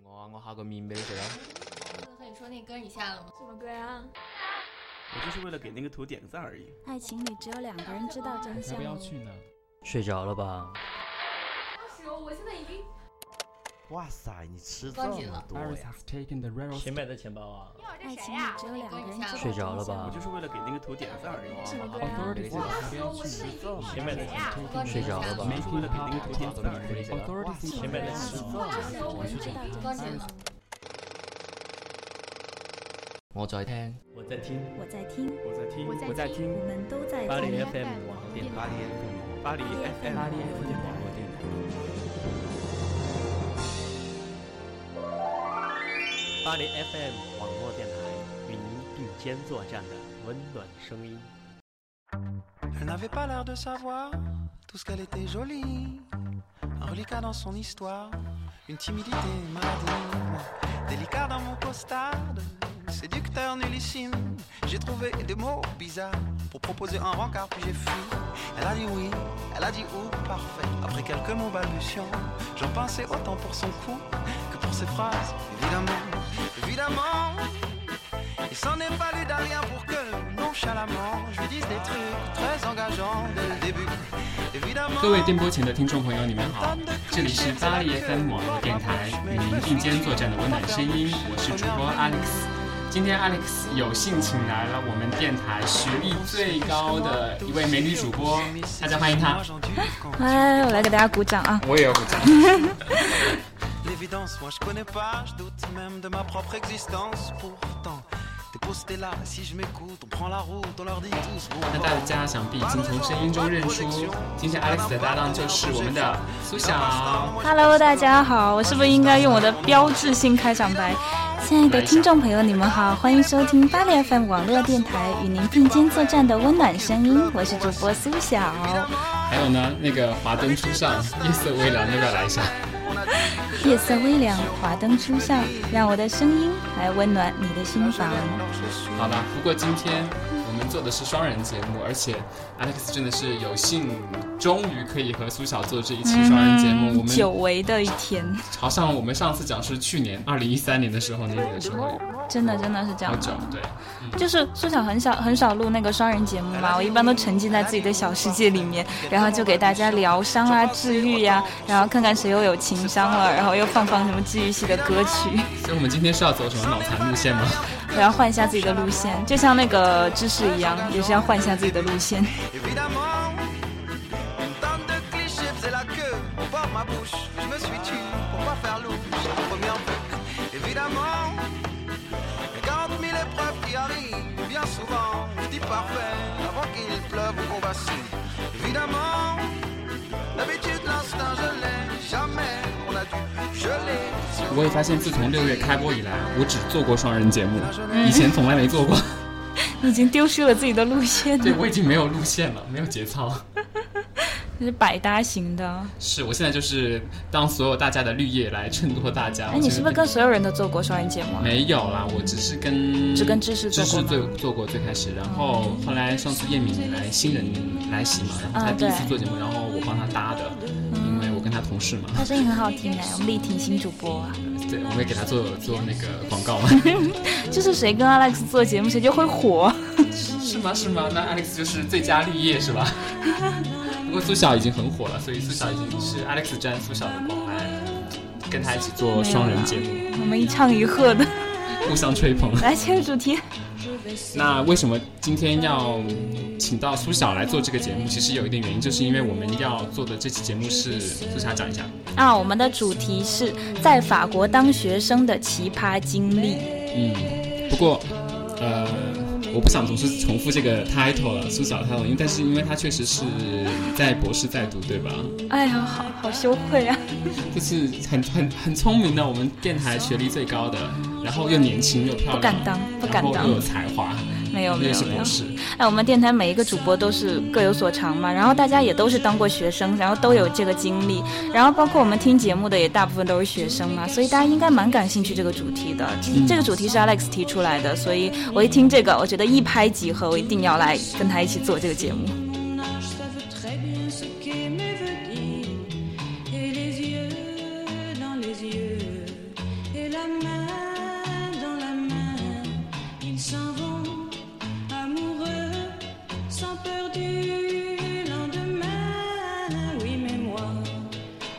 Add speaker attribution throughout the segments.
Speaker 1: 啊，我下个面俾你食啊！
Speaker 2: 和你说那歌你下了吗？
Speaker 3: 什么歌呀？
Speaker 4: 我就是为了给那个图点个赞而已。
Speaker 5: 爱情里只有两个人知道真
Speaker 6: 要
Speaker 5: 相
Speaker 6: 不。要去呢？
Speaker 7: 睡着了吧？
Speaker 3: 当时哦我现在已经
Speaker 8: 哇塞，你吃这
Speaker 2: 关紧
Speaker 8: 么
Speaker 2: 了
Speaker 8: 多
Speaker 6: Iris
Speaker 8: 呀？
Speaker 6: has taken the rare
Speaker 9: 谁买的钱包啊？
Speaker 5: 爱情里只有两个人知道真相。
Speaker 7: 睡着了吧
Speaker 4: 我就是为了给那个图点个赞而已。
Speaker 3: 什么歌呀？
Speaker 6: authority
Speaker 1: 哇
Speaker 6: says 不要
Speaker 3: 我现在
Speaker 6: 去
Speaker 3: 已经
Speaker 9: 谁买的钱？
Speaker 7: 睡着了吧
Speaker 4: 没说为了给那个图点个赞而已。
Speaker 6: ，authority
Speaker 9: 谁买的
Speaker 6: says
Speaker 9: 钱包？
Speaker 3: 当时我现在已经
Speaker 2: 关紧了。
Speaker 1: 我在聽，
Speaker 9: 我在听，
Speaker 5: 我在听，
Speaker 4: 我在听
Speaker 2: 我在
Speaker 5: 我
Speaker 2: 听
Speaker 5: 们都在
Speaker 9: 巴黎
Speaker 5: 听。
Speaker 9: FM 网络电台。
Speaker 8: 巴黎 FM，
Speaker 4: 巴黎 FM
Speaker 6: 巴黎 FM 网络电台。
Speaker 9: 巴黎 FM 网络电台与您并肩作战的温暖声音。
Speaker 10: Elle n'avait pas l'air de savoir tout ce qu'elle était jolie. Un reliquat dans son histoire, une timidité maladive. Délicat dans mon costard, de séducteur nullissime. J'ai trouvé des mots bizarres pour proposer un rencard, puis j'ai fui. Elle a dit oui, elle a dit oh, parfait. Après quelques mots balbutiants, j'en pensais autant pour son coup que pour ses phrases. Évidemment, évidemment, il s'en est fallu d'un rien pour que nonchalamment je lui dise des trucs très engageants dès le début. Évidemment.
Speaker 6: 各位电波前的听众朋友，你们好
Speaker 10: Tant，de
Speaker 6: 这里是
Speaker 10: clichés,
Speaker 6: 巴
Speaker 10: c'est
Speaker 6: 黎
Speaker 10: la queue
Speaker 6: FM 网络电台与您并肩作战的温暖声音，我是主播 Alex。今天 Alex 有幸请来了我们电台学历最高的一位美女主播，大家欢迎她。
Speaker 5: 哎，我来给大家鼓掌啊！
Speaker 6: 我也要鼓掌。
Speaker 10: L'évidence, moi je connais pas, je doute même de ma propre existence. Pourtant, t'es posté là, si je m'écoute, on prend la route, on leur dit tous. bon,
Speaker 6: 那大家想必已经从声音中认出，今天 Alex 的搭档就是我们的苏小。
Speaker 5: Hello，大家好，我是不是应该用我的标志性开场白？亲爱的听众朋友，你们好，欢迎收听巴黎 FM 网络电台与您并肩作战的温暖声音，我是主播苏晓。
Speaker 6: 还有呢，那个华灯初上，夜色微凉，要不要来一下？
Speaker 5: 夜色微凉，华灯初上，让我的声音来温暖你的心房。
Speaker 6: 好啦，不过今天我们做的是双人节目，而且 Alex 真的是有幸，终于可以和苏小做这一期双人节目。我
Speaker 5: 嗯久
Speaker 6: 们
Speaker 5: 违的一天，
Speaker 6: 好像我们上次讲是去年二零一三年的时候那年的时候，
Speaker 5: 真的真的是这
Speaker 6: 好
Speaker 5: 样
Speaker 6: 久
Speaker 5: 的。
Speaker 6: 对。
Speaker 5: 就是苏小很少很少录那个双人节目
Speaker 6: 哎
Speaker 5: 嘛，我一般都沉浸在自己的小世界里面，然后就给大家疗伤 啊、治愈呀、然后看看谁又有情商了，然后又放放什么治愈系的歌曲，
Speaker 6: 所以我们今天是要走什么脑残路线吗？
Speaker 5: 我要换一下自己的路线，就像那个知识一样，也是要换一下自己的路线。
Speaker 10: Évidemment, une tente de clichés, c'est la queue au bord de ma bouche. Je me suis tue pour pas faire louche. La première vue, évidemment. Les 40 000 épreuves qui arrivent, bien souvent, je dis parfait avant qu'il pleuve ou qu'on vacille. Évidemment, d'habitude, l'instinct, je l'ai. Jamais on a dû geler. sur
Speaker 6: 我也发现，自从六月开播以来，我只做过双人节目，以前从来没做过。
Speaker 5: 你已经丢失了自己的路线
Speaker 6: 对，我已经没有路线了，没有节操。
Speaker 5: 你是百搭型的。
Speaker 6: 是我现在就是当所有大家的绿叶来衬托大家。
Speaker 5: 哎，你是不是
Speaker 6: 我觉得
Speaker 5: 跟所有人都做过双人节目啊？
Speaker 6: 没有啦，我只是跟
Speaker 5: 只跟芝士做
Speaker 6: 芝
Speaker 5: 过
Speaker 6: 士
Speaker 5: 吗
Speaker 6: 最做过最开始，然后后来上次叶敏来新人来袭嘛，然后
Speaker 5: 啊
Speaker 6: 他第
Speaker 5: 对
Speaker 6: 一
Speaker 5: 嗯
Speaker 6: 次做节目，然后我帮他搭的，因为我跟他同事嘛，
Speaker 5: 他声音很好听哎，我们力挺新主播啊。
Speaker 6: 对，我会给他做做那个广 告嘛，
Speaker 5: 就是谁跟 Alex 做节目，谁就会火。
Speaker 6: 是吗？是吗？那 Alex 就是最佳绿叶是吧？ 不过苏小已经很火了，所以苏小已经是 Alex 沾苏小的光来跟他一起做双人节目，
Speaker 5: 我们一唱一和的，
Speaker 6: 互相吹捧。
Speaker 5: 来切入主题。
Speaker 6: 那为什么今天要请到苏小来做这个节目？其实有一点原因，就是因为我们要做的这期节目是苏小讲一下。
Speaker 5: 啊，我们的主题是在法国当学生的奇葩经历。
Speaker 6: 嗯，不过呃，我不想总是重复这个 title 了，苏小的 title，因为但是因为他确实是在博士在读，对吧？
Speaker 5: 哎呀，好好羞愧啊！
Speaker 6: 就是很很很聪明的，我们电台学历最高的，然后又年轻又漂亮，
Speaker 5: 不敢当不敢当
Speaker 6: 然后又有才华，
Speaker 5: 没有没
Speaker 6: 又
Speaker 5: 有
Speaker 6: 是
Speaker 5: 没有
Speaker 6: 博。士。
Speaker 5: 哎，我们电台每一个主播都是各有所长嘛，然后大家也都是当过学生，然后都有这个经历，然后包括我们听节目的也大部分都是学生嘛，所以大家应该蛮感兴趣这个主题的。这个主题是 Alex 提出来的，所以我一听这个，我觉得一拍即合，我一定要来跟他一起做这个节目。
Speaker 11: Et les yeux dans les yeux, et la la main dans la main, ils s'en vont amoureux, sans peur du lendemain. Oui, mais moi,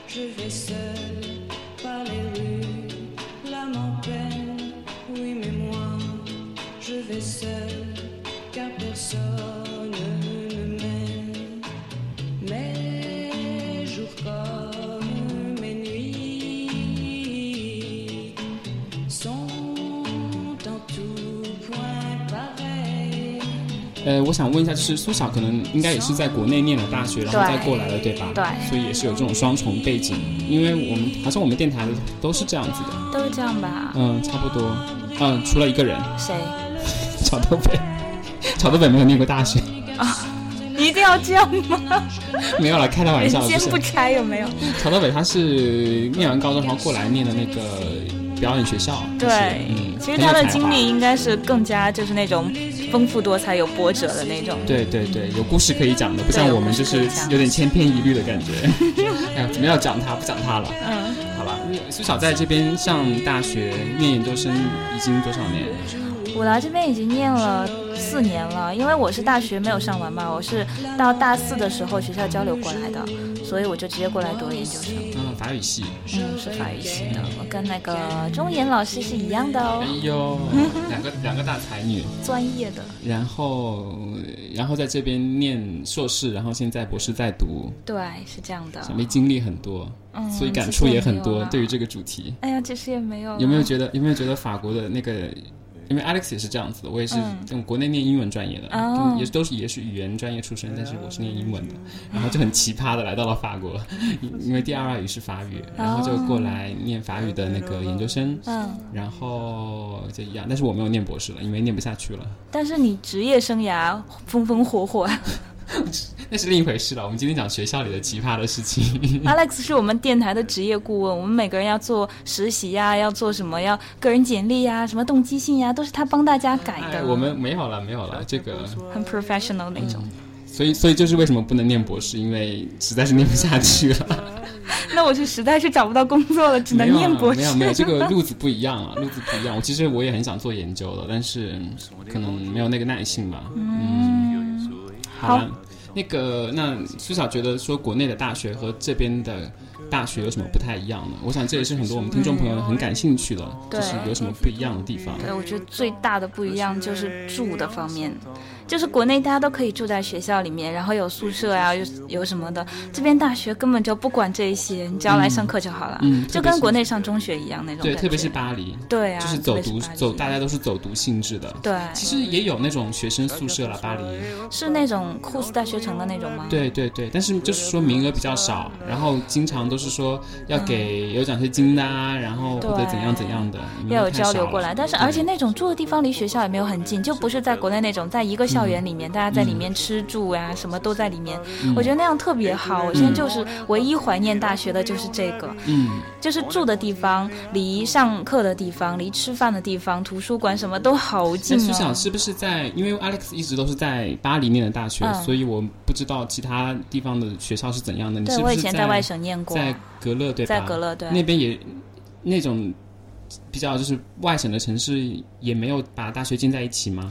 Speaker 11: je vais seul par les rues, l'âme en peine. Oui, mais moi, je vais seul, car personne ne me mène. Mes jours comme mes nuits sont en tout point pareils.
Speaker 6: 呃，我想问一下，就是苏小可能应该也是在国内念了大学，然后
Speaker 11: 对
Speaker 6: 再过来的，对吧？
Speaker 5: 对
Speaker 6: 所以也是有这种双重背景，因为我们好像我们电台的都是这样子的，
Speaker 5: 都是这样吧？
Speaker 6: 嗯，差不多，嗯，除了一个人，
Speaker 5: 谁？
Speaker 6: 曹德北， 曹德北没有念过大学，
Speaker 5: 一定要这样吗？
Speaker 6: 没有啦，开的玩
Speaker 5: 人
Speaker 6: 笑，
Speaker 5: 间
Speaker 6: 不是
Speaker 5: 不拆有没有？
Speaker 6: 曹德北他是念完高中然后过来念的那个表演学校，
Speaker 5: 对
Speaker 6: 就是嗯，
Speaker 5: 其实他的
Speaker 6: 很有才华
Speaker 5: 经历应该是更加就是那种丰富多彩、有波折的那种。
Speaker 6: 对对对，有故事可以讲的，不像
Speaker 5: 对
Speaker 6: 我们就是有点千篇一律的感觉。 哎呀，怎么要讲他不讲他了？
Speaker 5: 嗯，
Speaker 6: 好吧。苏小在这边上大学念研究生已经多少年？
Speaker 5: 我来这边已经念了四年了，因为我是大学没有上完嘛，我是到大四的时候学校交流过来的，所以我就直接过来读了研究生。
Speaker 6: 嗯，法语系。
Speaker 5: 嗯，是法语系的，我跟那个钟岩老师是一样的哦
Speaker 6: 哎，呦，两个两个大才女。
Speaker 5: 专业的。
Speaker 6: 然后，然后在这边念硕士，然后现在博士在读，
Speaker 5: 对，是这样的。
Speaker 6: 想必经历很多，
Speaker 5: 嗯
Speaker 6: 所以感触也很
Speaker 5: 其实也没有啊
Speaker 6: 多。
Speaker 5: 啦
Speaker 6: 对于这个主题，
Speaker 5: 哎呀，其实也没有啊。
Speaker 6: 有没有觉得有没有觉得法国的那个？因为 Alex 也是这样子的，我也是
Speaker 5: 嗯
Speaker 6: 这种国内念英文专业的，
Speaker 5: 哦嗯
Speaker 6: 嗯也是都是也是语言专业出身，但是我是念英文的，然后就很奇葩的来到了法国， 因因为第二外语是法语，
Speaker 5: 哦
Speaker 6: 然后就过来念法语的那个研究生，
Speaker 5: 嗯，
Speaker 6: 然后就一样，但是我没有念博士了，因为念不下去了，
Speaker 5: 但是你职业生涯风风火火
Speaker 6: 那是另一回事了。我们今天讲学校里的奇葩的事情，
Speaker 5: ，Alex 是我们电台的职业顾问，我们每个人要做实习呀、要做什么，要个人简历呀、什么动机性呀、都是他帮大家改的，
Speaker 6: 哎，我们没嗯有了，没有了，这个，
Speaker 5: 很 professional 那种。
Speaker 6: 所以所以就是为什么不能念博士，因为实在是念不下去了。
Speaker 5: 那我就实在是找不到工作了，只能
Speaker 6: 没有啊
Speaker 5: 念博士。
Speaker 6: 没有没有，这个路子不一样 啊，路子不一样。我其实我也很想做研究的，但是可能没有那个耐性吧。
Speaker 5: 嗯，
Speaker 6: 好了，那个那苏小觉得说国内的大学和这边的大学有什么不太一样呢？我想这也是很多我们听众朋友很感兴趣的，
Speaker 5: 对
Speaker 6: 就是有什么不一样的地 方。
Speaker 5: 对，我觉得最大的不一样就是住的方面，就是国内大家都可以住在学校里面，然后有宿舍啊，有有什么的。这边大学根本就不管这一些，你只要来上课就好了，
Speaker 6: 嗯嗯
Speaker 5: 就跟国内上中学一样那种
Speaker 6: 对，
Speaker 5: 感觉。
Speaker 6: 特别是巴黎，
Speaker 5: 对啊
Speaker 6: 就是走
Speaker 5: 特别
Speaker 6: 读
Speaker 5: 是巴黎
Speaker 6: 走，大家都是走读性质的。
Speaker 5: 对
Speaker 6: 其实也有那种学生宿舍啦，巴黎。
Speaker 5: 是那种酷斯大学城的那种吗？
Speaker 6: 对对对，但是就是说名额比较少，然后经常都是说要给有奖学金的啊，然后或者
Speaker 5: 嗯对
Speaker 6: 怎样怎样的，名额
Speaker 5: 要有
Speaker 6: 太
Speaker 5: 交
Speaker 6: 少
Speaker 5: 流
Speaker 6: 了
Speaker 5: 过来，但是而且那种住的地方离学校也没有很近，就不是在国内那种在一个校园里面，大家在里面吃住呀、什么都在里面，
Speaker 6: 嗯
Speaker 5: 我觉得那样特别好。我现在就是唯一怀念大学的就是这个，
Speaker 6: 嗯，
Speaker 5: 就是住的地方离上课的地方、离吃饭的地方、图书馆什么都好近
Speaker 6: 那苏
Speaker 5: 哦
Speaker 6: 小。是不是在？因为 Alex 一直都是在巴黎念的大学，
Speaker 5: 嗯
Speaker 6: 所以我不知道其他地方的学校是怎样的。你
Speaker 5: 对
Speaker 6: 是不
Speaker 5: 我
Speaker 6: 是
Speaker 5: 以前
Speaker 6: 在
Speaker 5: 在外省念过
Speaker 6: 在格勒对吧？
Speaker 5: 在格勒对
Speaker 6: 那边也那种比较就是外省的城市也没有把大学建在一起吗？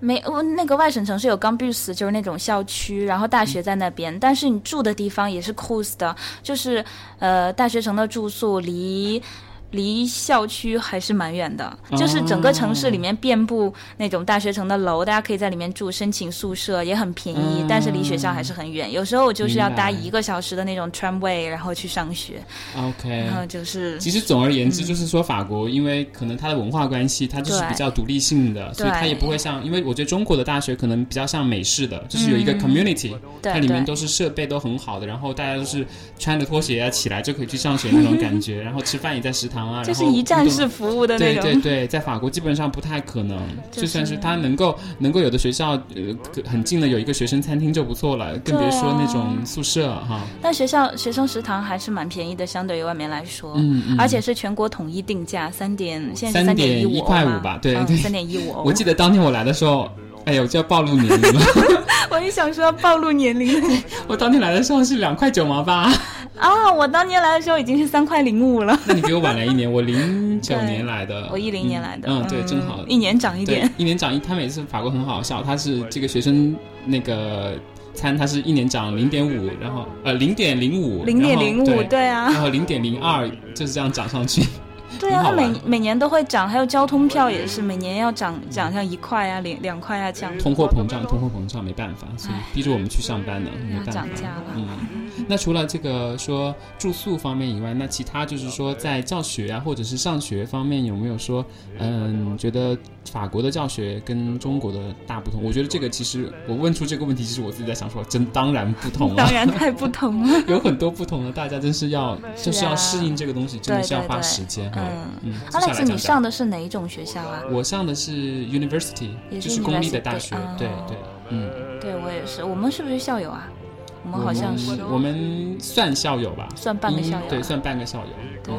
Speaker 5: 没，我那个外省城市有 campus，就是那种校区，然后大
Speaker 6: 嗯
Speaker 5: 学在那边，但是你住的地方也是 cos 的，就是呃，大学城的住宿离。离校区还是蛮远的，
Speaker 11: 哦
Speaker 5: 就是整个城市里面遍布那种大学城的楼，大家可以在里面住，申请宿舍也很便宜，但是离学校还是很远。有时候我就是要搭
Speaker 6: 哦明白
Speaker 5: 一个小时的那种 tramway，然后去上学。
Speaker 6: OK，
Speaker 5: 然后就是
Speaker 6: 哎其实总而言
Speaker 5: 嗯
Speaker 6: 之，就是说法国，因为可能它的文化关系，它就是
Speaker 5: 对
Speaker 6: 比较独立性的，所以它
Speaker 5: 对
Speaker 6: 也不会像，因为我觉得中国的大学可能比较像美式的，就是有一个
Speaker 5: 嗯
Speaker 6: community，、
Speaker 5: 对
Speaker 6: 它里面
Speaker 5: 对
Speaker 6: 都是设备都很好的，然后大家都是穿着拖鞋啊起来就可以去上学那种 感觉，然后吃饭也在食堂啊，
Speaker 5: 就是
Speaker 6: 然后
Speaker 5: 一站式
Speaker 6: 运动
Speaker 5: 服务的那种
Speaker 6: 对对对，在法国基本上不太可能，
Speaker 5: 就是
Speaker 6: 就算是它能够能够有的学校呃可很近的有一个学生餐厅就不错了，更别说那
Speaker 5: 啊
Speaker 6: 种宿舍哈。
Speaker 5: 但学校学生食堂还是蛮便宜的，相对于外面来说，
Speaker 6: 嗯嗯
Speaker 5: 而且是全国统一定价，三点现在是
Speaker 6: 三
Speaker 5: 点
Speaker 6: 点
Speaker 5: 一
Speaker 6: 一块五吧，对
Speaker 5: 嗯
Speaker 6: 对，
Speaker 5: 三点一五欧。
Speaker 6: 我记得当天我来的时候，哎呦，就要暴露年龄了。
Speaker 5: 我一想说要暴露年龄，
Speaker 6: 我当天来的时候是两块九毛八，
Speaker 5: 啊，我当年来的时候已经是三块零五了。
Speaker 6: 那你比我晚来一年，我零九年来的，
Speaker 5: 我一零年来的，
Speaker 6: 嗯，对，正好
Speaker 5: 一年长一
Speaker 6: 对
Speaker 5: 点。，
Speaker 6: 一年长一，他每次法国很好笑，他是这个学生那个餐，他是一年长零点五，然后呃零点零五，
Speaker 5: 0.05
Speaker 6: 然后
Speaker 5: 对啊
Speaker 6: 然后零点零二就是这样涨上去，
Speaker 5: 对啊，
Speaker 6: 很好
Speaker 5: 它每
Speaker 6: 玩
Speaker 5: 每年都会涨，还有交通票也是每年要涨涨上一块啊，两两块啊这样。
Speaker 6: 通货膨胀，通货膨胀没办法，所以逼着我们去上班呢，没 办法
Speaker 5: 涨价了。
Speaker 6: 嗯，那除了这个说住宿方面以外，那其他就是说在教学啊，或者是上学方面有没有说，嗯，觉得法国的教学跟中国的大不同？我觉得这个其实我问出这个问题，其实我自己在想说，真当然不同了，
Speaker 5: 当然太不同了。
Speaker 6: 有很多不同的，大家真是要
Speaker 5: 是
Speaker 6: 就是要
Speaker 5: 啊
Speaker 6: 适应这个东西，真的是要
Speaker 5: 对对
Speaker 6: 花
Speaker 5: 对
Speaker 6: 时间哈。
Speaker 5: 嗯
Speaker 6: 嗯，接下来
Speaker 5: Alex，你
Speaker 6: 讲讲
Speaker 5: 上的是哪一种学校啊？
Speaker 6: 我上的是 university，
Speaker 5: 也
Speaker 6: 就是是公立的大
Speaker 5: university，
Speaker 6: 学
Speaker 5: 哦，
Speaker 6: 对对，嗯。
Speaker 5: 对我也是，我们是不是校友啊？我们好像是。
Speaker 6: 我们算校友吧，
Speaker 5: 算半个校友啊
Speaker 6: 嗯对，算半个校友。对，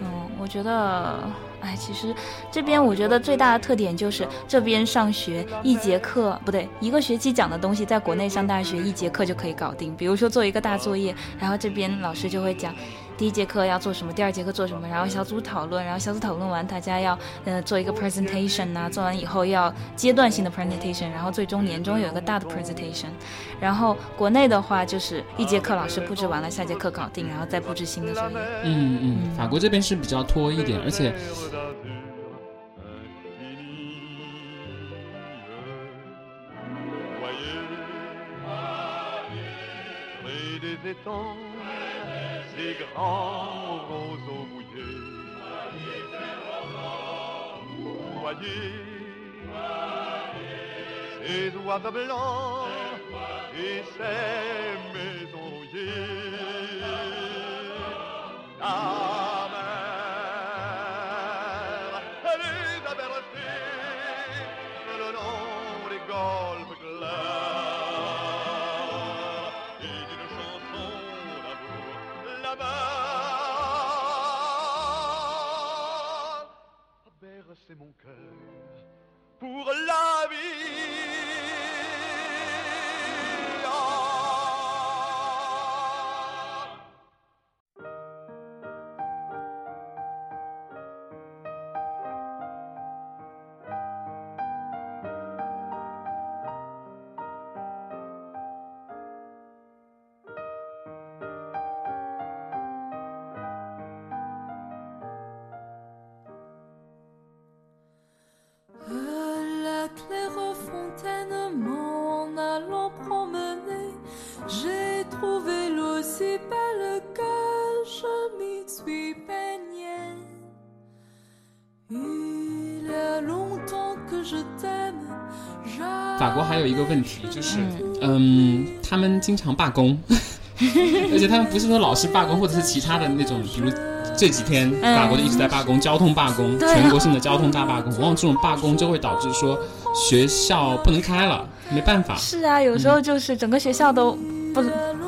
Speaker 5: 嗯，我觉得，哎，其实这边我觉得最大的特点就是这边上学一节课不对，一个学期讲的东西，在国内上大学一节课就可以搞定。比如说做一个大作业，然后这边老师就会讲。第一节课要做什么，第二节课做什么，然后小组讨论，然后小组讨论完，大家要呃做一个 presentation 啊，做完以后要阶段性的 presentation，然后最终年终有一个大的 presentation。然后国内的话就是一节课老师布置完了，下节课搞定，然后再布置新的作业。
Speaker 6: 嗯嗯，法国这边是比较拖一点，而且
Speaker 10: près des étangs, des grands roseaux mouillés. Vous voyez ces oiseaux blancs et ces maisons rouillées. La mer, elle est abercée le long des golfes clairs et d'une chanson d'amour là-bas. Bercez mon cœur pour la vie. Ah.
Speaker 11: Euh, la clairefontaine, m'en en allant promener, j'ai trouvé l'eau si belle que je m'y suis baignée. Il y a longtemps que je t'aime, j'aime.
Speaker 6: 法国还有一个问题就是，嗯，他们经常罢工，而且他们不是说老师罢工，或者是其他的那种，比如这几天
Speaker 5: 嗯
Speaker 6: 法国就一直在罢工，交通罢工，
Speaker 5: 对啊
Speaker 6: 全国性的交通大罢工，往往这种罢工就会导致说学校不能开了，没 办法。
Speaker 5: 是啊，有时候就是整个学校都不、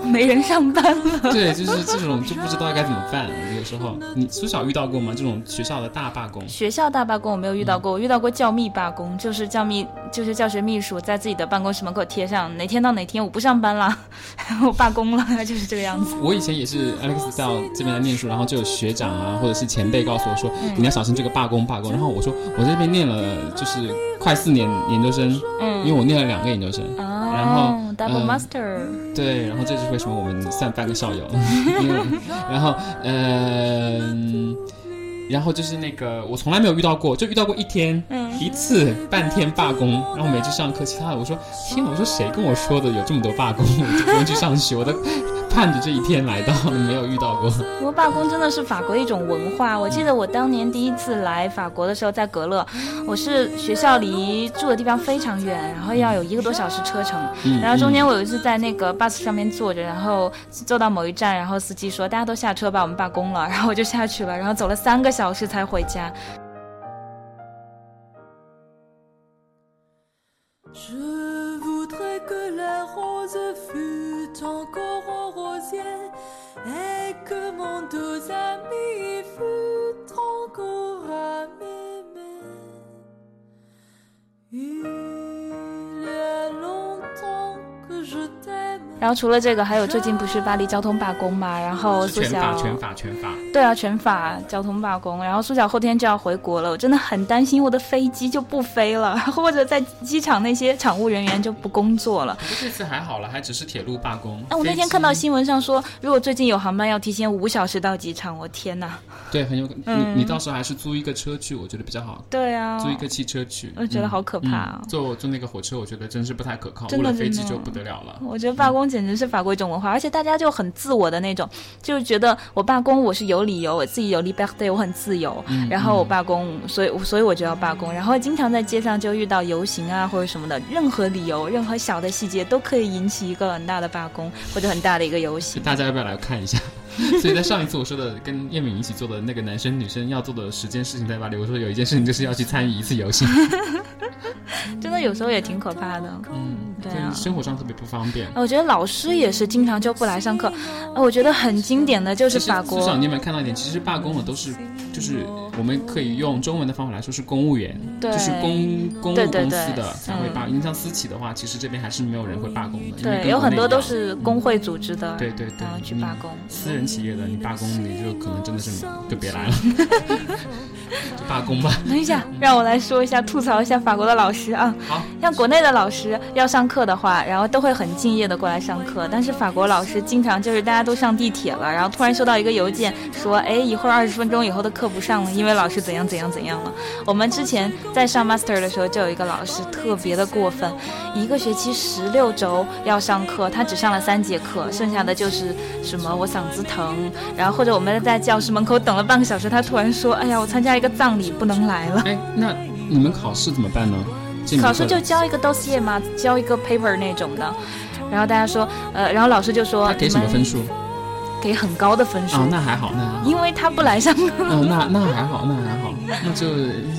Speaker 5: 没人上班了。
Speaker 6: 对，就是这种就不知道该怎么办。有时候你苏小遇到过吗？这种学校的大罢工？
Speaker 5: 学校大罢工我没有遇到过，我遇到过教秘罢工，就是教秘就是教学秘书在自己的办公室门口贴上哪天到哪天我不上班了， 我罢工了，就是这个样子。
Speaker 6: 我以前也是 Alex 到这边来念书，然后就有学长啊或者是前辈告诉我说，
Speaker 5: 嗯
Speaker 6: 你要小心这个罢工罢工。然后我说我在这边念了就是快四年研究生，
Speaker 5: 嗯
Speaker 6: 因为我念了两个研究生，然后
Speaker 5: 哦，double
Speaker 6: 嗯
Speaker 5: master，、
Speaker 6: 对，然后这就是为什么我们算半个校友，因为然后呃，然后就是那个我从来没有遇到过，就遇到过一天、
Speaker 5: 嗯
Speaker 6: 一次半天罢工，然后没去上课，其他的我说天，啊我说谁跟我说的有这么多罢工，我就不用去上学，我都盼着这一天来到，没有遇到过。
Speaker 5: 不过罢工真的是法国一种文化。我记得我当年第一次来法国的时候，在格勒，我是学校离住的地方非常远，然后要有一个多小时车程。
Speaker 12: 嗯
Speaker 5: 然后中间我有一次在那个 bus 上面坐着，然后坐到某一站，然后司机说大家都下车吧，我们罢工了，然后我就下去了，然后走了三个小时才回家。
Speaker 11: Je voudrais que la rose fût encore en rosier et que mon doux ami fût encore à m'aimer. Il y a longtemps que je t'aime,
Speaker 5: 然后除了这个，还有最近不是巴黎交通罢工嘛，然后
Speaker 6: 是
Speaker 5: 苏
Speaker 6: 全
Speaker 5: 小
Speaker 6: 法，全法，全法。
Speaker 5: 对啊，全法交通罢工，然后苏小后天就要回国了，我真的很担心我的飞机就不飞了， 或者在机场那些场务人员就不工作了。
Speaker 6: 不过这次还好了，还只是铁路罢工。
Speaker 5: 啊那我那天看到新闻上说，如果最近有航班要提前五小时到机场，我天哪！
Speaker 6: 对，很有可能。
Speaker 5: 嗯
Speaker 6: 你你到时候还是租一个车去，我觉得比较好。
Speaker 5: 对啊
Speaker 6: 租一个汽车去，
Speaker 5: 我觉得好可怕啊
Speaker 6: 嗯嗯坐坐那个火车，我觉得真是不太可靠。
Speaker 5: 真
Speaker 6: 误
Speaker 5: 的
Speaker 6: 了飞机
Speaker 5: 真的
Speaker 6: 就不得了了。
Speaker 5: 我觉得罢工简直是法国一种文化，而且大家就很自我的那种，就是觉得我罢工我是有理由，我自己有 liberté，我很自由，
Speaker 6: 嗯
Speaker 5: 然后我罢工，所以所以我就要罢工，然后经常在街上就遇到游行啊或者什么的，任何理由、任何小的细节都可以引起一个很大的罢工或者很大的一个游行。
Speaker 6: 大家要不要来看一下？ 所以在上一次我说的跟叶敏一起做的那个男生女生要做的十件事情在巴黎，我说有一件事情就是要去参与一次游行，
Speaker 5: 真的有时候也挺可怕的。
Speaker 6: 嗯，
Speaker 5: 对啊。哦
Speaker 6: 生活上特别不方便。
Speaker 5: 我觉得老师也是经常就不来上课，呃我觉得很经典的就是法
Speaker 6: 至少
Speaker 5: 国，
Speaker 6: 你有没有看到一点？其实罢工的都是，就是我们可以用中文的方法来说是公务员，
Speaker 5: 哦对
Speaker 6: 就是公公务
Speaker 5: 对对
Speaker 6: 公司
Speaker 5: 对
Speaker 6: 的才会罢。
Speaker 5: 嗯
Speaker 6: 你像私企的话，其实这边还是没有人会罢工的，因为
Speaker 5: 对，
Speaker 6: 跟
Speaker 5: 有很
Speaker 6: 国
Speaker 5: 多
Speaker 6: 内一
Speaker 5: 都
Speaker 6: 样
Speaker 5: 是工会组织的，
Speaker 6: 对对对，嗯
Speaker 5: 然后去
Speaker 6: 你
Speaker 5: 罢工。
Speaker 6: 私人企业的你罢工，你就可能真的是就别来了， 就罢工吧。
Speaker 5: 等一下，让我来说一下，吐槽一下法国的老师啊。
Speaker 6: 好，
Speaker 5: 像国内的老师要上课的话，然后都会很敬业的过来上课，但是法国老师经常就是大家都上地铁了，然后突然收到一个邮件说，哎，一会儿二十分钟以后的课不上了，因为老师怎样怎样怎样了。我们之前在上 master 的时候，就有一个老师特别的过分，一个学期十六周要上课，他只上了三节课，剩下的就是什么我嗓子疼，然后或者我们在教室门口等了半个小时，他突然说，哎呀，我参加一个葬礼不能来了。
Speaker 6: 哎，那你们考试怎么办呢？这门
Speaker 5: 考试
Speaker 6: 课
Speaker 5: 就交一个 dossier 嘛，交一个 paper 那种的。然后大家说，呃，然后老师就说，
Speaker 6: 他给什么
Speaker 5: 你们
Speaker 6: 分数？
Speaker 5: 给很高的分数，
Speaker 6: 哦，那还好，那还好。
Speaker 5: 因为他不来上课。
Speaker 6: 哦，那那还好，那还好，那就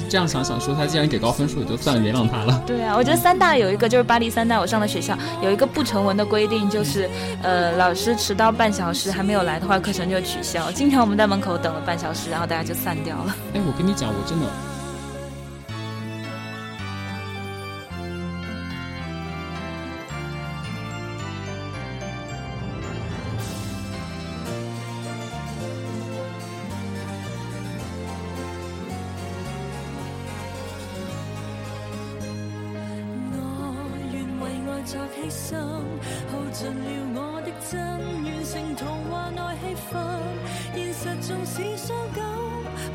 Speaker 6: 这样想想说，他既然给高分数，也就算了原谅他了。
Speaker 5: 对啊，我觉得三大有一个就是巴黎三大，我上的学校有一个不成文的规定，就是呃，老师迟到半小时还没有来的话，课程就取消。经常我们在门口等了半小时，然后大家就散掉了。
Speaker 6: 哎，我跟你讲，我真的，
Speaker 11: 我愿為愛作犧牲，耗盡了我的真，完成童話內氣氛。現實縱使傷感，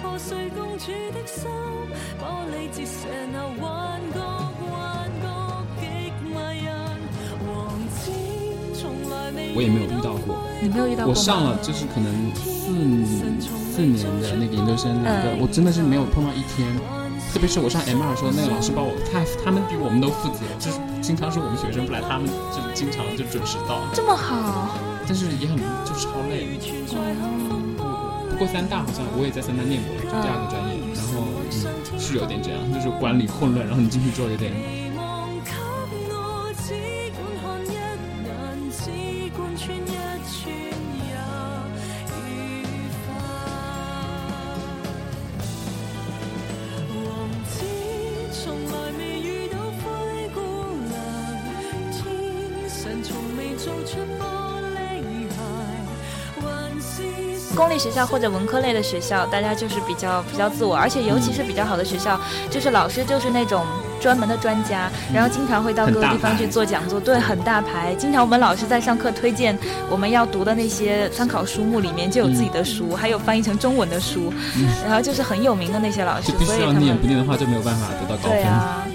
Speaker 11: 破碎公主的心，玻璃折射那幻覺，幻覺極迷人。王子從來未
Speaker 6: 我也没有遇到过。
Speaker 5: 你没有遇到过吗
Speaker 6: 我上了就是可能四四年的那个研究生，两个、
Speaker 5: 嗯
Speaker 6: 我真的是没有碰到一天。特别是我上 M 二的时候，那个老师把我他他们比我们都负责，就是经常说我们学生不来，他们就是经常就准时到，
Speaker 5: 这么好，
Speaker 6: 但是也很就超累。不过三大好像我也在三大念过，就第二个专业，然后嗯是有点这样，就是管理混乱，然后你进去之后有点
Speaker 11: 望給我，只管看一眼，只管穿一串也愉快。王子從來未遇到灰姑娘，天神從未做出玻璃鞋，還是。
Speaker 5: 公立学校或者文科类的学校，大家就是比较比较自我，而且尤其是比较好的学校，
Speaker 6: 嗯
Speaker 5: 就是老师就是那种专门的专家，然后经常会到各个地方去做讲座，对，很大牌。经常我们老师在上课推荐我们要读的那些参考书目里面就有自己的书，
Speaker 6: 嗯
Speaker 5: 还有翻译成中文的书，然后就是很有名的那些老师
Speaker 6: 就，必
Speaker 5: 所以
Speaker 6: 须要
Speaker 5: 他们
Speaker 6: 念，不念的话就没有办法得到高
Speaker 5: 对
Speaker 6: 分。
Speaker 5: 啊，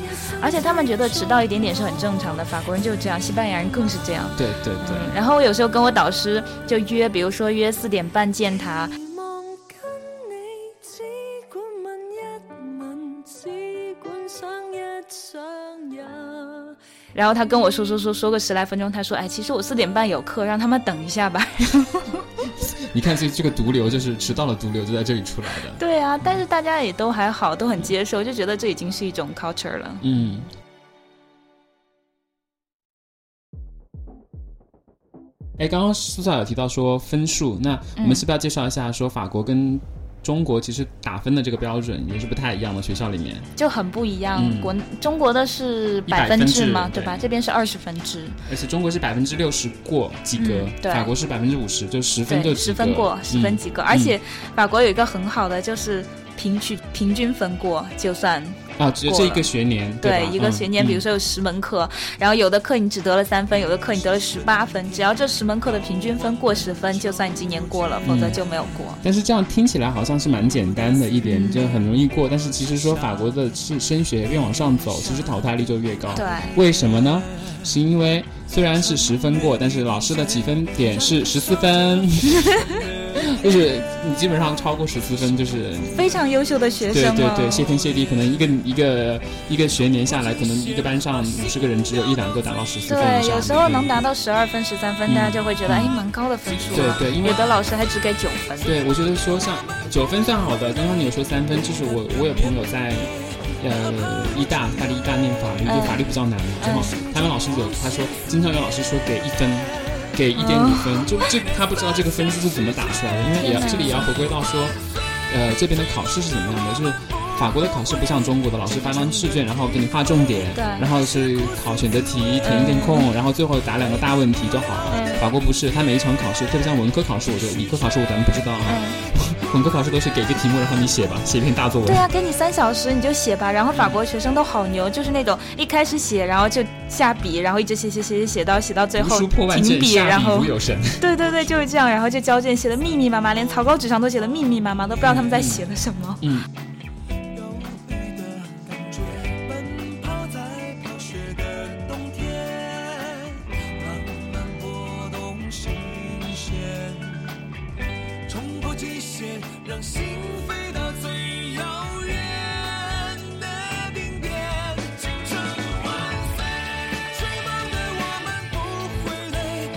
Speaker 5: 而且他们觉得迟到一点点是很正常的，法国人就是这样，西班牙人更是这样。
Speaker 6: 对对对，
Speaker 5: 然后我有时候跟我导师就约，比如说约四点半见他，
Speaker 11: 只管問一問，只管想一想也
Speaker 5: 然后他跟我说说说说个十来分钟，他说：“哎，其实我四点半有课，让他们等一下吧。
Speaker 6: 你看这这个毒瘤就是迟到了，毒瘤就在这里出来的”。
Speaker 5: 对啊，但是大家也都还好，都很接受，就觉得这已经是一种 culture 了。
Speaker 6: 嗯，哎，刚刚苏校有提到说分数，那我们
Speaker 5: 嗯
Speaker 6: 是不是要介绍一下说法国跟中国其实打分的这个标准也是不太一样的，学校里面。
Speaker 5: 就很不一样。
Speaker 6: 嗯
Speaker 5: 国中国的是
Speaker 6: 100
Speaker 5: 百
Speaker 6: 分
Speaker 5: 制
Speaker 6: 制
Speaker 5: 嘛，
Speaker 6: 对
Speaker 5: 吧？这边是二十分制，
Speaker 6: 而且中国是百分之六十过及格，
Speaker 5: 嗯对
Speaker 6: 法国是百分之五十，就十分就
Speaker 5: 对，
Speaker 6: 及
Speaker 5: 十
Speaker 6: 格
Speaker 5: 分过，
Speaker 6: 嗯
Speaker 5: 十分及格。
Speaker 6: 嗯
Speaker 5: 而且法国有一个很好的，就是平均平均分过就算
Speaker 6: 啊，只有
Speaker 5: 过
Speaker 6: 这一
Speaker 5: 了
Speaker 6: 个学年，
Speaker 5: 对
Speaker 6: 吧
Speaker 5: 一个
Speaker 6: 嗯
Speaker 5: 学年，比如
Speaker 6: 嗯
Speaker 5: 说有十门课，然后有的课你只得了三分，有的课你得了十八分，只要这十门课的平均分过十分，就算你今年过了，否则
Speaker 6: 嗯
Speaker 5: 就没有过。
Speaker 6: 但是这样听起来好像是蛮简单的一点，
Speaker 5: 嗯
Speaker 6: 就很容易过。但是其实说法国的是升学越往上走，其实淘汰率就越高。
Speaker 5: 啊对
Speaker 6: 为什么呢？是因为虽然是十分过，但是老师的起分点是十四 分，就是你基本上超过十四分就是。
Speaker 5: 非常优秀的学
Speaker 6: 对
Speaker 5: 生
Speaker 6: 对
Speaker 5: 哦
Speaker 6: 对，谢天谢地，可能一个一个一个学年下来，可能一个班上五十个人只有一两个达到十四分以
Speaker 5: 对，
Speaker 6: 上
Speaker 5: 有时候
Speaker 6: 嗯
Speaker 5: 能达到十二分、十三分，
Speaker 6: 嗯
Speaker 5: 大家就会觉得哎，蛮高的分数了。
Speaker 6: 对对因为
Speaker 5: 有的老师还只给九分。
Speaker 6: 对，我觉得说像九分算好的，刚刚你有说三分，就是我我有朋友在。呃，医大，大力医大念法
Speaker 5: 嗯
Speaker 6: 律，就法律比较难嘛。然后
Speaker 5: 嗯
Speaker 6: 他们老师有，他说经常有老师说给一分，给一点五分，就这他不知道这个分数是怎么打出来的，因为也要
Speaker 13: 哦天哪
Speaker 6: 这里也要回归到说，呃，这边的考试是怎么样的？就是法国的考试不像中国的，老师发张试卷，然后给你画重点，
Speaker 13: 对
Speaker 6: 然后是考选择题，填一填空，然后最后答两个大问题就好了。
Speaker 13: 嗯
Speaker 6: 法国不是，他每一场考试，特别像文科考试，我就理科考试我咱们不知道啊。文科考试都是给一个题目，然后你写吧，写一篇大作文。
Speaker 5: 哎嗯对啊，给你三小时你就写吧。然后法国学生都好牛，就是那种一开始写，然后就下笔，然后一直写写写写写到写到最
Speaker 6: 读
Speaker 5: 后
Speaker 6: 书破万
Speaker 5: 停
Speaker 6: 卷，
Speaker 5: 笔，
Speaker 6: 下
Speaker 5: 然
Speaker 6: 笔
Speaker 5: 后
Speaker 6: 如有神。
Speaker 5: 对对对，就是这样。然后就交卷写的密密麻麻，连草稿纸上都写的密密麻麻，都不知道他们在写的什么。
Speaker 6: 嗯，
Speaker 14: 泡在飘雪的冬天，慢慢拨动心弦，冲破极限，让心飞到最遥远的顶点。青春万岁，追梦的我们不会累。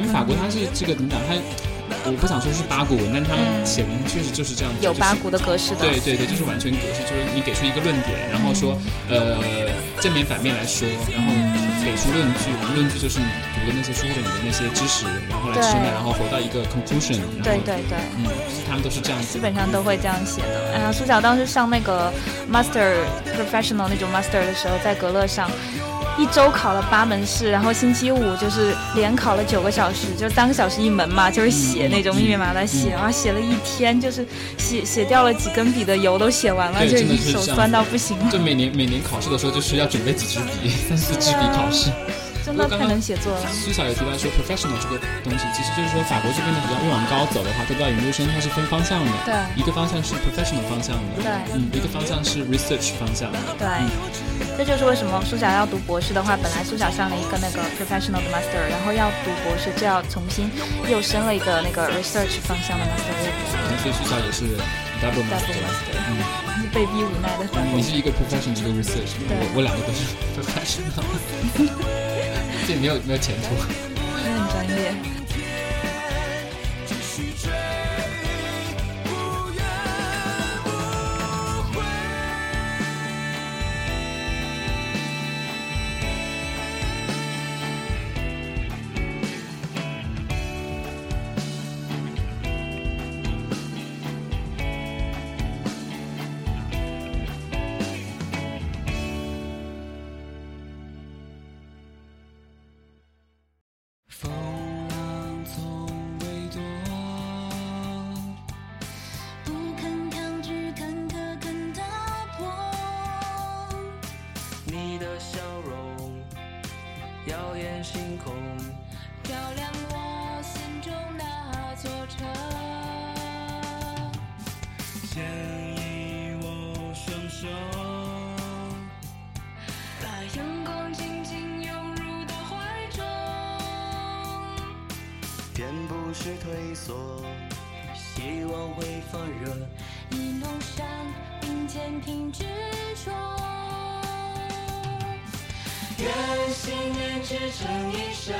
Speaker 6: 因为法国它是这个怎么讲？它我不想说是八股文，但是他们写文确实就是这样子，
Speaker 5: 有
Speaker 6: 就是
Speaker 5: 八股的格式的。
Speaker 6: 对对对，就是完全格式，就是你给出一个论点，然后说呃正面反面来说，然后给出论据，然后论据就是你读的那些书或者你的那些知识，然后来
Speaker 5: 对
Speaker 6: 深入，然后回到一个 conclusion 然后。
Speaker 5: 对对对
Speaker 6: 嗯，就是他们都是这样子
Speaker 5: 基。本上都会这样写的。哎呀，苏小当时上那个 master professional 那种 master 的时候，在格勒上。一周考了八门试，然后星期五就是连考了九个小时，就三个小时一门嘛，就是写那种密密麻麻写，然后写了一天，就是写写掉了几根笔的油都写完了，
Speaker 6: 对，
Speaker 5: 就
Speaker 6: 真的
Speaker 5: 已
Speaker 6: 是
Speaker 5: 经手
Speaker 6: 这样
Speaker 5: 酸
Speaker 6: 子
Speaker 5: 到不行了
Speaker 6: 就，每年每年考试的时候，就是要准备几支笔，三四支笔
Speaker 5: 啊
Speaker 6: 考试。
Speaker 5: 真
Speaker 6: 我
Speaker 5: 的
Speaker 6: 刚
Speaker 5: 太
Speaker 6: 刚
Speaker 5: 能写作了。
Speaker 6: 苏小有提到说 professional 这个东西，其实就是说法国这边的比较越往高走的话，它到研究生它是分方向的，
Speaker 5: 对
Speaker 6: 一个方向是 professional 方向的，
Speaker 5: 对
Speaker 6: 嗯，一个方向是 research 方向的，
Speaker 5: 对
Speaker 6: 嗯，
Speaker 5: 这就是为什么苏小要读博士的话，本来苏小上了一个那个 professional 的 master，然后要读博士就要重新又升了一个那个 research 方向的 master，
Speaker 6: 嗯所以苏小也是 double master，嗯，
Speaker 5: 是被逼无奈的。
Speaker 6: 你是一个 professional 一个 research，
Speaker 5: 对
Speaker 6: 我我两个都是 professional，这没有没有前途。
Speaker 5: 真的很专业。
Speaker 14: 继续追，不言不悔。风浪从未躲，
Speaker 11: 不肯抗拒坎坷跟打破，
Speaker 14: 你的笑容耀眼星空，
Speaker 11: 照亮我心中那座城。
Speaker 14: 牵引我双手，
Speaker 11: 把阳光紧紧拥入到怀中，
Speaker 14: 偏不是退缩，希望会放热，
Speaker 11: 一路上并肩挺执着。
Speaker 14: 愿信念支撑一生，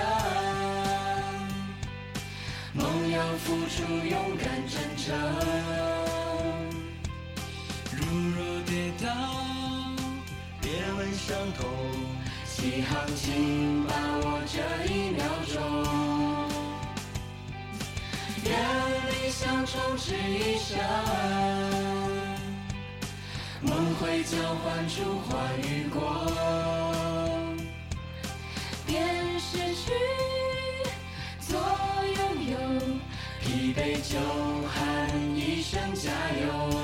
Speaker 14: 梦要付出勇敢真诚，如若跌倒，别问伤痛，起航请把握这一秒钟。愿你
Speaker 11: 理想充斥一生。梦会交换出花与果，便失去做拥有，疲惫就喊一声加油。